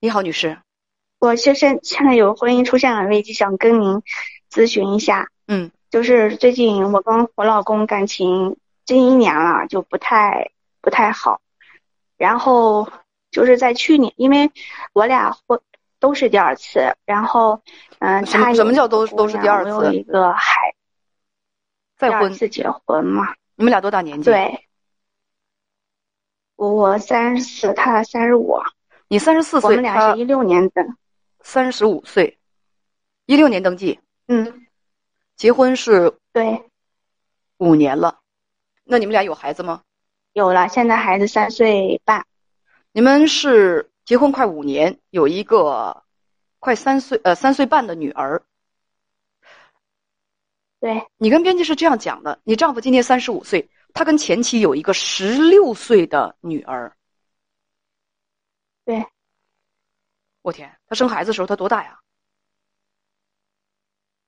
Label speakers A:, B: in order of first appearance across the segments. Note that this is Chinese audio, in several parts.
A: 你好，女士。
B: 我现现现在有婚姻出现了危机，想跟您咨询一下。
A: 嗯，
B: 就是最近我跟我老公感情近一年了，就不太不太好。然后就是在去年，因为我俩婚都是第二次，然后嗯，
A: 什
B: 他
A: 么
B: 有
A: 什么叫
B: 一个
A: 都
B: 姑
A: 都是第
B: 娘
A: 二
B: 我有
A: 次
B: 一个孩第
A: 再
B: 二
A: 婚？
B: 次结婚嘛。
A: 你们俩多大年纪？，
B: 对，我三十四，他三十五，
A: 你三十四
B: 我
A: 岁，
B: 们俩
A: 他
B: 是一六年的。
A: 三十五岁，一六年登记，
B: 嗯，
A: 结婚是
B: 对，
A: 五年了。那你们俩有孩子吗？
B: 有了，现在孩子三岁半。
A: 你们是结婚快五年，有一个快三岁呃三岁半的女儿。
B: 对，
A: 你跟编辑是这样讲的：你丈夫今年三十五岁，他跟前妻有一个十六岁的女儿。
B: 对，
A: 我天，他生孩子的时候他多大呀？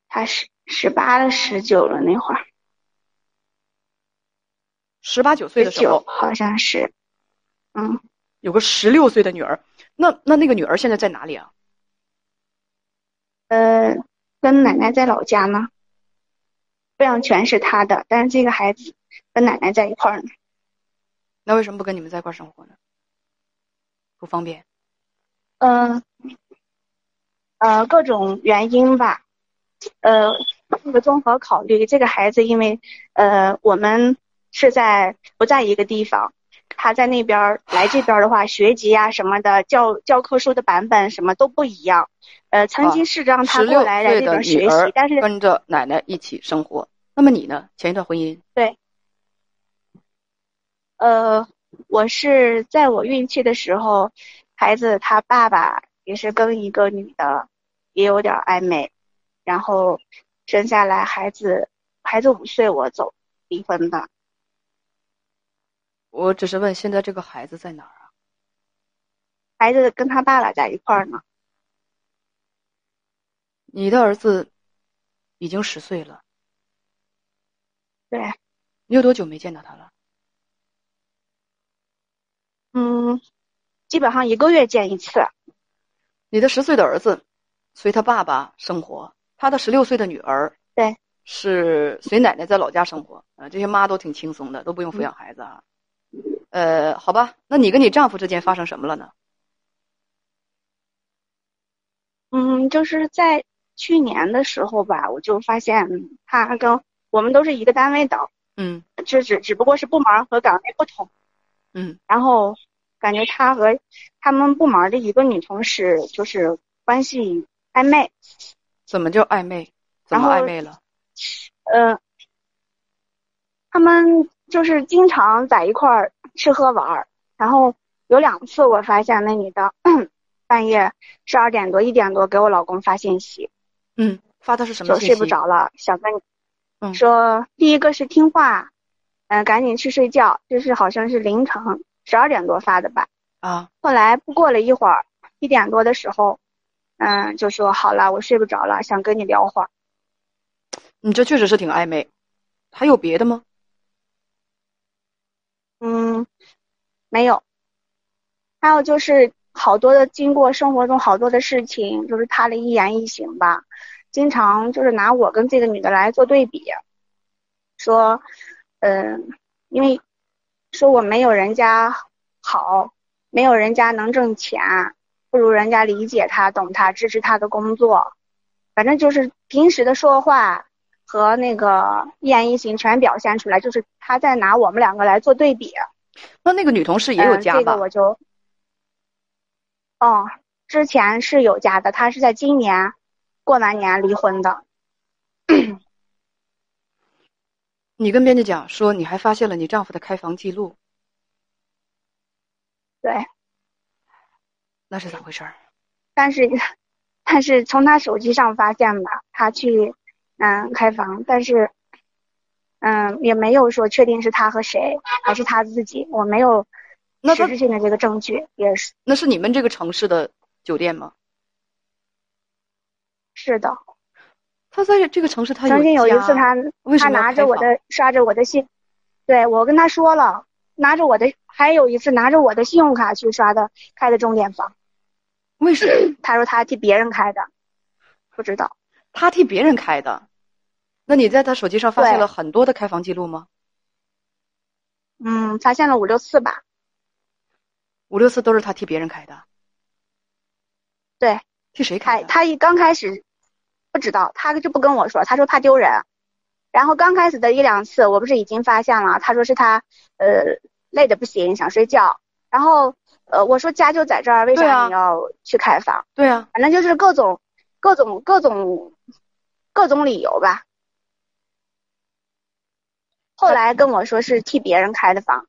B: 他十十八了，十九了那会儿，
A: 十八九岁的
B: 十
A: 时候
B: 九，好像是。嗯，
A: 有个十六岁的女儿。那那那个女儿现在在哪里啊？
B: 呃，跟奶奶在老家呢，抚养权是他的，但是这个孩子跟奶奶在一块儿呢。
A: 那为什么不跟你们在一块儿生活呢？不方便。
B: 嗯、呃，各种原因吧，呃，这个综合考虑，这个孩子因为呃，我们是在不在一个地方，他在那边儿来这边儿的话，学籍啊什么的，教教科书的版本什么都不一样。呃，曾经试着让他
A: 啊十
B: 过
A: 六
B: 来来
A: 岁
B: 这
A: 的
B: 边儿
A: 女
B: 学习
A: 儿，
B: 但是
A: 跟着奶奶一起生活。那么你呢？前一段婚姻，
B: 呃，我是在我孕期的时候，孩子他爸爸也是跟一个女的也有点儿暧昧，然后生下来孩子，孩子五岁我走离婚的，
A: 我只是问现在这个孩子在哪儿啊？
B: 孩子跟他爸爸在一块儿呢。
A: 你的儿子已经十岁了，
B: 对，
A: 你有多久没见到他了？
B: 嗯，基本上一个月见一次。
A: 你的十岁的儿子随他爸爸生活，他的十六岁的女儿
B: 对
A: 是随奶奶在老家生活啊、呃这些妈都挺轻松的，都不用抚养孩子啊。呃，好吧，那你跟你丈夫之间发生什么了呢？
B: 嗯，就是在去年的时候吧，我就发现嗯他跟我们都是一个单位的，
A: 嗯
B: 这只只不过是部门儿和岗位不同。
A: 嗯，
B: 然后感觉他和他们部门的一个女同事就是关系暧昧，
A: 怎么就暧昧？怎
B: 然
A: 么
B: 后
A: 暧昧了？
B: 呃，他们就是经常在一块儿吃喝玩儿，然后有两次我发现那女的 半夜十二点多一点多给我老公发信息，
A: 嗯，发的是什么
B: 就
A: 信息？
B: 睡不着了，想跟
A: 嗯
B: 你说，第一个是听话，嗯、赶紧去睡觉，这是好像是凌晨十二点多发的吧。
A: 啊，
B: 后来不过了一会儿，一点多的时候，嗯，就说好了，我睡不着了，想跟你聊会儿。
A: 你这确实是挺暧昧。还有别的吗？
B: 嗯，没有。还有就是好多的，经过生活中好多的事情，就是他的一言一行吧，经常就是拿我跟这个女的来做对比，说，嗯，因为说我没有人家好，没有人家能挣钱，不如人家理解他、懂他、支持他的工作，反正就是平时的说话。和那个一言一行全表现出来，就是他在拿我们两个来做对比。
A: 那那个女同事也有
B: 嗯
A: 家
B: 这
A: 吧？
B: 个我就，哦，之前是有家的，他是在今年过完年离婚的。
A: 你跟编辑讲说，你还发现了你丈夫的开房记录，
B: 对，
A: 那是咋回事儿？
B: 但是但是从他手机上发现吧，他去嗯开房，但是嗯也没有说确定是他和谁，还是他自己，我没有
A: 那
B: 实
A: 他
B: 质性的这个证据，也是
A: 那是你们这个城市的酒店吗？
B: 是的。
A: 他在这个城市，他
B: 曾经有一
A: 家
B: 次他
A: 为什
B: 他
A: 么要
B: 拿
A: 开
B: 着我
A: 房
B: 的刷着我的信，对我跟他说了，拿着我的，还有一次拿着我的信用卡去刷的开的钟点房，
A: 为什么
B: 他说他替别人开的，不知道。
A: 他替别人开的？那你在他手机上发现
B: 对
A: 了很多的开房记录吗？
B: 嗯，发现了五六次吧。
A: 五六次都是他替别人开的，
B: 对，
A: 替谁开
B: 开
A: 的？
B: 他一刚开始不知道，他就不跟我说，他说怕丢人。然后刚开始的一两次，我不是已经发现了，他说是他呃累的不行，想睡觉。然后呃我说家就在这儿，为
A: 对
B: 啥
A: 啊
B: 你要去开房？
A: 对啊，
B: 反正就是各种各种各种各种理由吧。后来跟我说是替别人开的房，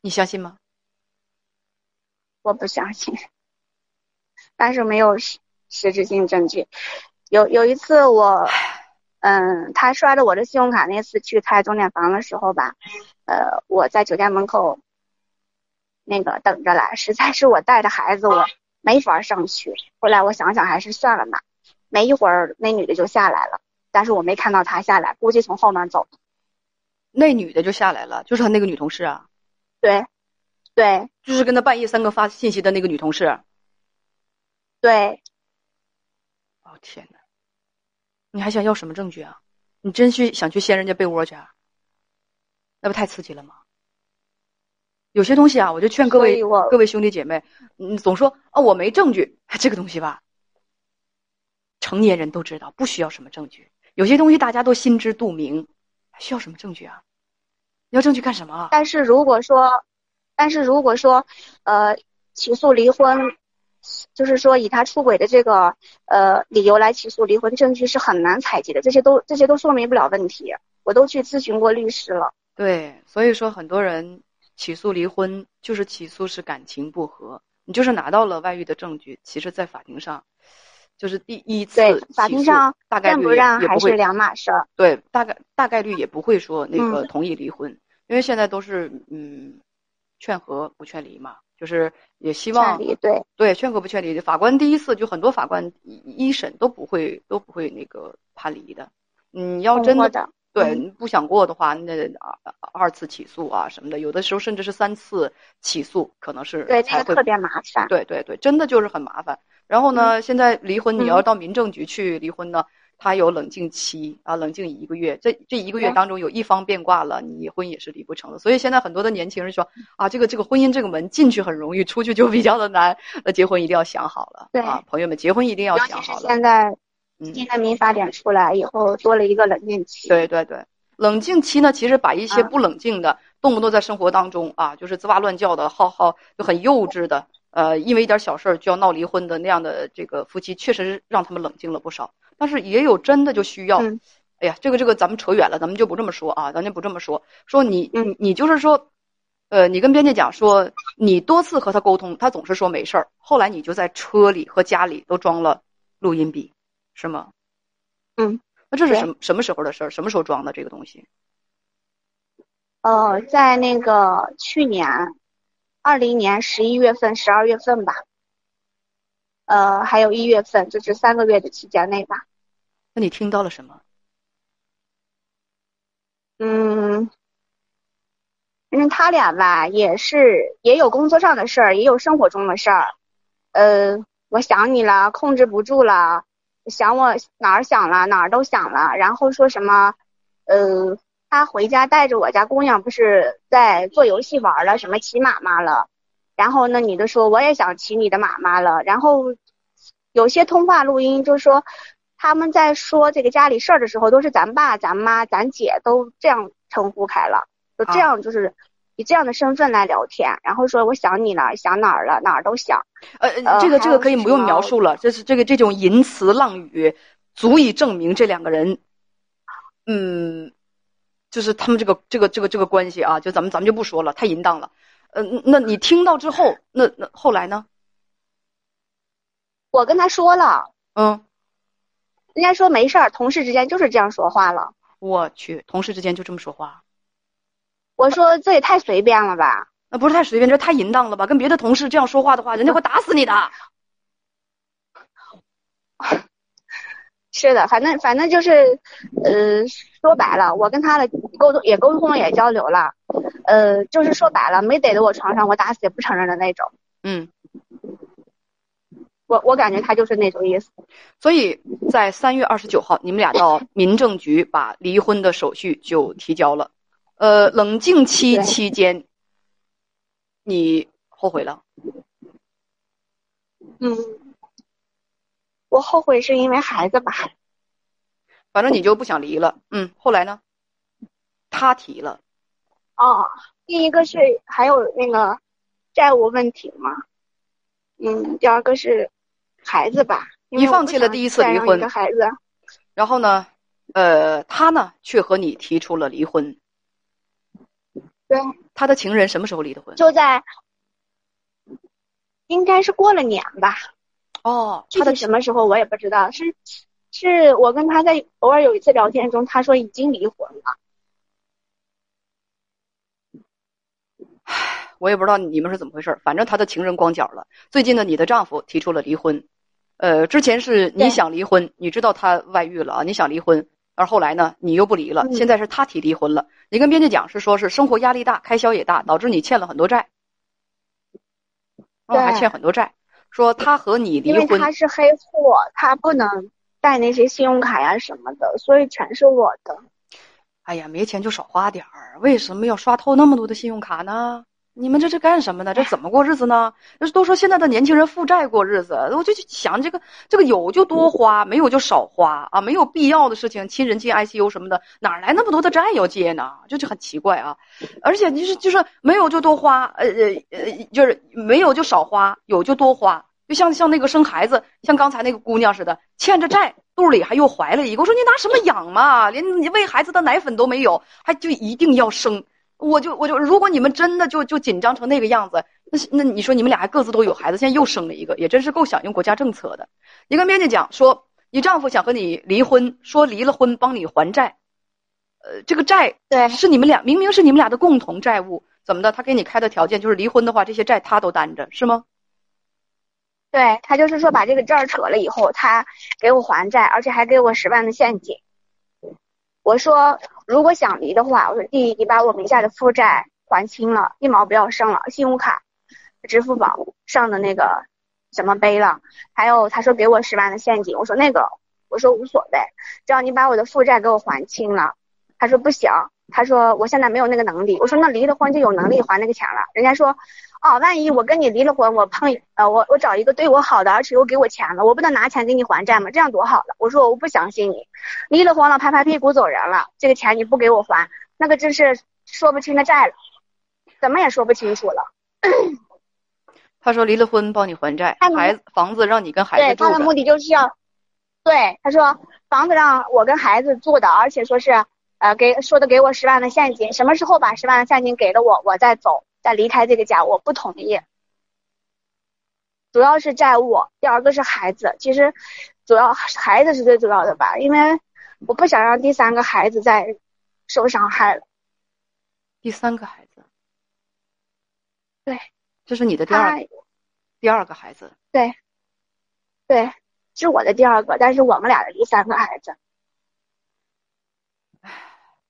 A: 你相信吗？
B: 我不相信，但是没有实实质性证据。有有一次我，嗯，他刷着我的信用卡那次去开钟点房的时候吧，呃，我在酒店门口那个等着来，实在是我带着孩子我没法上去。后来我想想还是算了吧，没一会儿那女的就下来了，但是我没看到她下来，估计从后面走。
A: 那女的就下来了，就是他那个女同事啊，
B: 对，对，
A: 就是跟他半夜三更发信息的那个女同事。
B: 对，
A: 哦天哪！你还想要什么证据啊？你真去想去掀人家被窝去啊？那不太刺激了吗？有些东西啊，我就劝各
B: 所
A: 位
B: 以我
A: 各位兄弟姐妹，你总说啊我没证据，这个东西吧，成年人都知道不需要什么证据，有些东西大家都心知肚明，还需要什么证据啊？你要证据干什么啊？
B: 但是如果说，但是如果说，呃，起诉离婚，就是说以他出轨的这个呃理由来起诉离婚，证据是很难采集的，这些都这些都说明不了问题。我都去咨询过律师了，
A: 对，所以说很多人起诉离婚，就是起诉是感情不和，你就是拿到了外遇的证据，其实，在法庭上，就是第一次
B: 对
A: 起
B: 法庭
A: 诉
B: 上
A: 大概
B: 让
A: 率
B: 不
A: 也
B: 让
A: 也
B: 还
A: 不
B: 是
A: 会
B: 两码事儿。
A: 对，大概大概率也不会说那
B: 嗯
A: 个同意离婚，因为现在都是嗯，劝和不劝离嘛，就是也希
B: 这
A: 望
B: 里对
A: 对劝和不劝离，法官第一次就很多法官一一审都不会都不会那个判离的，你要
B: 通
A: 哦真
B: 过
A: 的
B: 的，
A: 对，
B: 嗯
A: 你不想过的话，那二二次起诉啊什么的，有的时候甚至是三次起诉，可能是
B: 对那
A: 才
B: 个
A: 会
B: 特别麻烦。
A: 对对对，真的就是很麻烦。然后呢，现在离婚你
B: 嗯
A: 要到民政局去离婚呢，它有冷静期啊，冷静一个月。这这一个月
B: 对
A: 当中，有一方变卦了，你婚也是离不成的。所以现在很多的年轻人说啊，这个这个婚姻这个门进去很容易，出去就比较的难。那结婚一定要想好了
B: 对
A: 啊，朋友们，结婚一定要
B: 尤
A: 想
B: 其是
A: 好了。
B: 现在
A: 嗯。
B: 新的民法典出来以后，多了一个冷静期。
A: 对对对，冷静期呢，其实把一些
B: 嗯
A: 不冷静的，动不动在生活当中啊，就是滋哇乱叫的，浩浩就很幼稚的，呃，因为一点小事儿就要闹离婚的那样的这个夫妻，确实让他们冷静了不少。但是也有真的就需要，
B: 嗯
A: 哎呀，这个这个咱们扯远了，咱们就不这么说啊，咱就不这么说，说你
B: 嗯
A: 你你就是说。呃，你跟编辑讲说，你多次和他沟通，他总是说没事儿。后来你就在车里和家里都装了录音笔，是吗？那这是
B: 对
A: 什么什么时候的事儿？什么时候装的这个东西？
B: 呃，在那个去年二零年十一月份、十二月份吧，呃，还有一月份，就是三个月的期间内吧。
A: 那你听到了什么？
B: 嗯，因为他俩吧，也是也有工作上的事儿，也有生活中的事儿。呃，我想你了，控制不住了，想我哪儿想了，哪儿都想了。然后说什么，呃，他回家带着我家姑娘不是在做游戏玩儿了，什么骑妈妈了。然后那女的说我也想骑你的妈妈了。然后有些通话录音就说他们在说这个家里事儿的时候，都是咱爸、咱妈、咱姐都这样称呼开了，就这样就是以这样的身份来聊天。然后说我想你了，想哪儿了，哪儿都想。
A: 呃，
B: 呃
A: 这个
B: 还
A: 这
B: 有
A: 个可以
B: 什
A: 不用
B: 么
A: 描述了，这是这个这种淫词浪语，足以证明这两个人，嗯，就是他们这个这个这个这个关系啊，就咱们咱们就不说了，太淫荡了。呃，那你听到之后，那那后来呢？
B: 我跟他说了，
A: 嗯，
B: 人家说没事儿，同事之间就是这样说话了。
A: 我去，同事之间就这么说话，
B: 我说这也太随便了吧。
A: 那不是太随便，这太淫荡了吧？跟别的同事这样说话的话，人家会打死你的。
B: 是的，反正反正就是，呃，说白了，我跟他的沟通也沟通也交流了，呃，就是说白了，没逮到我床上，我打死也不承认的那种。
A: 嗯，
B: 我我感觉他就是那种意思。
A: 所以在三月二十九号，你们俩到民政局把离婚的手续就提交了。呃，冷静期期间，你后悔了？
B: 嗯，我后悔是因为孩子吧。
A: 反正你就不想离了。嗯，后来呢？他提了。
B: 哦，第一个是还有那个债务问题嘛。嗯，第二个是孩子吧。
A: 你放弃了第一次离婚。
B: 孩子。
A: 然后呢？呃，他呢却和你提出了离婚。
B: 对。
A: 他的情人什么时候离的婚？
B: 就在，应该是过了年吧。
A: 哦。
B: 具体什么时候我也不知道，是。是我跟他在偶尔有一次聊天中，他说已经离婚了。
A: 唉，我也不知道你们是怎么回事反正他的情人光脚了。最近呢，你的丈夫提出了离婚，呃，之前是你想离婚，你知道他外遇了啊，你想离婚，而后来呢，你又不离了，现在是他提离婚了。你跟编辑讲是说是生活压力大，开销也大，导致你欠了很多债，哦，还欠很多债。说他和你离婚，因
B: 为他是黑户，他不能。带那些信用卡呀、啊、什么的，所以全是我的。
A: 哎呀，没钱就少花点儿，为什么要刷透那么多的信用卡呢？你们这是干什么呢？这怎么过日子呢？都说现在的年轻人负债过日子，我就想这个这个有就多花，没有就少花啊，没有必要的事情，亲人进 ICU 什么的，哪来那么多的债要借呢？这就很奇怪啊！而且就是就是没有就多花，呃呃呃，就是没有就少花，有就多花。就像像那个生孩子，像刚才那个姑娘似的，欠着债，肚里还又怀了一个。我说你拿什么养嘛？ 连你喂孩子的奶粉都没有，还就一定要生？我就我就，如果你们真的就就紧张成那个样子，那那你说你们俩还各自都有孩子，现在又生了一个，也真是够响应国家政策的。你跟编辑讲说，你丈夫想和你离婚，说离了婚帮你还债，呃，这个债
B: 对
A: 是你们俩明明是你们俩的共同债务，怎么的？他给你开的条件就是离婚的话，这些债他都担着，是吗？
B: 对他就是说把这个证儿扯了以后，他给我还债，而且还给我十万的现金。我说如果想离的话，我说第一你把我名下的负债还清了，一毛不要剩了，信用卡、支付宝上的那个什么背了，还有他说给我十万的现金，我说那个我说无所谓，只要你把我的负债给我还清了。他说不行，他说我现在没有那个能力。我说那离了婚就有能力还那个钱了。人家说。哦，万一我跟你离了婚，我碰呃，我我找一个对我好的，而且又给我钱了，我不能拿钱给你还债吗？这样多好了！我说我不相信你，离了婚了，拍拍屁股走人了，这个钱你不给我还，那个真是说不清的债了，怎么也说不清楚了。
A: 他说离了婚帮你还债，孩子房子让你跟孩
B: 子住对他的目的就是要，对他说房子让我跟孩子住的，而且说是呃给说的给我十万的现金，什么时候把十万的现金给了我，我再走。再离开这个家，我不同意。主要是债务，第二个是孩子。其实，主要孩子是最主要的吧，因为我不想让第三个孩子再受伤害了。
A: 第三个孩子，
B: 对，
A: 这是你的第二第二个孩子。
B: 对，对，是我的第二个，但是我们俩的第三个孩子。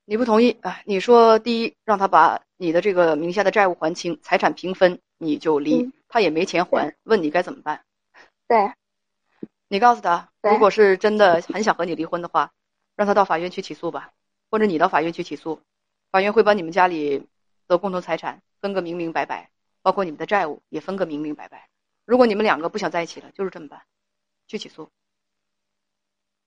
A: 你不同意啊？你说第一，让他把你的这个名下的债务还清，财产平分，你就离，
B: 嗯、
A: 他也没钱还，问你该怎么办？
B: 对，
A: 你告诉他，如果是真的很想和你离婚的话，让他到法院去起诉吧，或者你到法院去起诉，法院会把你们家里的共同财产分个明明白白，包括你们的债务也分个明明白白。如果你们两个不想在一起了，就是这么办，去起诉。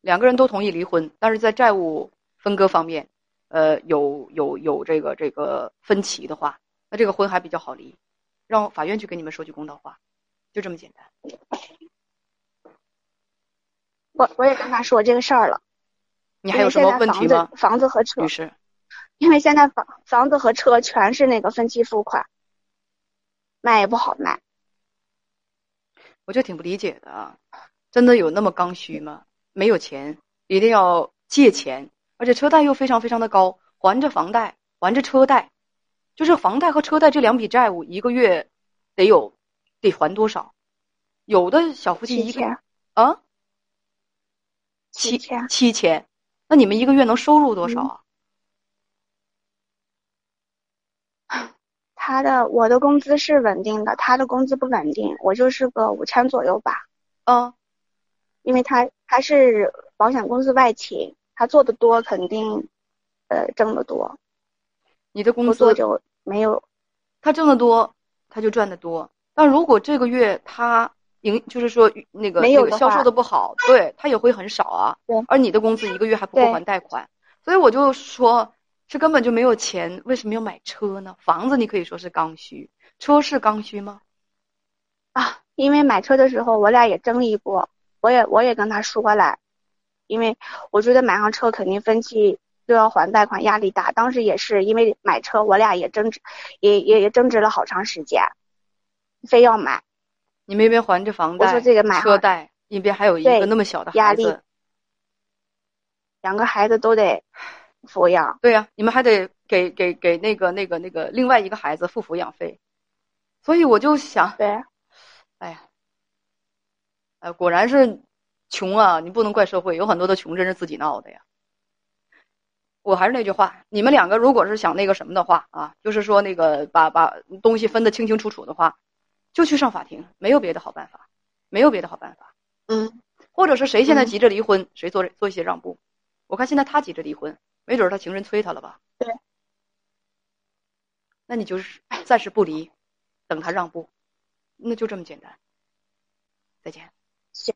A: 两个人都同意离婚，但是在债务分割方面。呃，有有有这个这个分歧的话，那这个婚还比较好离，让法院去给你们说句公道话，就这么简单。
B: 我我也跟他说这个事儿了。
A: 你还有什么问题吗？
B: 房子,房子和车，
A: 女士。
B: 因为现在房房子和车全是那个分期付款，卖也不好卖。
A: 我就挺不理解的啊，真的有那么刚需吗？没有钱，一定要借钱。而且车贷又非常非常的高，还着房贷，还着车贷，就是房贷和车贷这两笔债务，一个月得有得还多少？有的小夫妻一个啊，
B: 七千
A: 七千，那你们一个月能收入多少啊？
B: 嗯、他的我的工资是稳定的，他的工资不稳定，我就是个五千左右吧。
A: 嗯，
B: 因为他他是保险公司外企，他做的多，肯定呃挣得多。
A: 你的工
B: 不
A: 资
B: 做就没有，
A: 他挣得多，他就赚得多。但如果这个月他营就是说那个
B: 没有
A: 那个
B: 的
A: 销售
B: 话
A: 的不好，对他也会很少啊
B: 对。
A: 而你的工资一个月还不够
B: 对
A: 还贷款，所以我就说，这根本就没有钱，为什么要买车呢？房子你可以说是刚需，车是刚需吗？
B: 啊，因为买车的时候我俩也争议过，我也我也跟他说了，因为我觉得买上车肯定分期又要还贷款，压力大。当时也是因为买车，我俩也争执，也也也争执了好长时间，非要买，
A: 你们一边还着房贷，
B: 我说这个买
A: 车
B: 好
A: 贷，一边还有一
B: 对
A: 个那么小的
B: 压
A: 孩
B: 力
A: 子，
B: 两个孩子都得抚养，
A: 对呀、啊你们还得给给给那个那个那个另外一个孩子付抚养费，所以我就想，
B: 对
A: 哎呀，呃，果然是穷啊！你不能怪社会，有很多的穷真是自己闹的呀。我还是那句话，你们两个如果是想那个什么的话啊，就是说那个把把东西分得清清楚楚的话，就去上法庭，没有别的好办法，没有别的好办法。
B: 嗯，
A: 或者是谁现在
B: 嗯
A: 急着离婚，谁做做一些让步。我看现在他急着离婚，没准儿他情人催他了吧？
B: 对。
A: 那你就是 暂时不离，等他让步，那就这么简单。再见。
B: 行，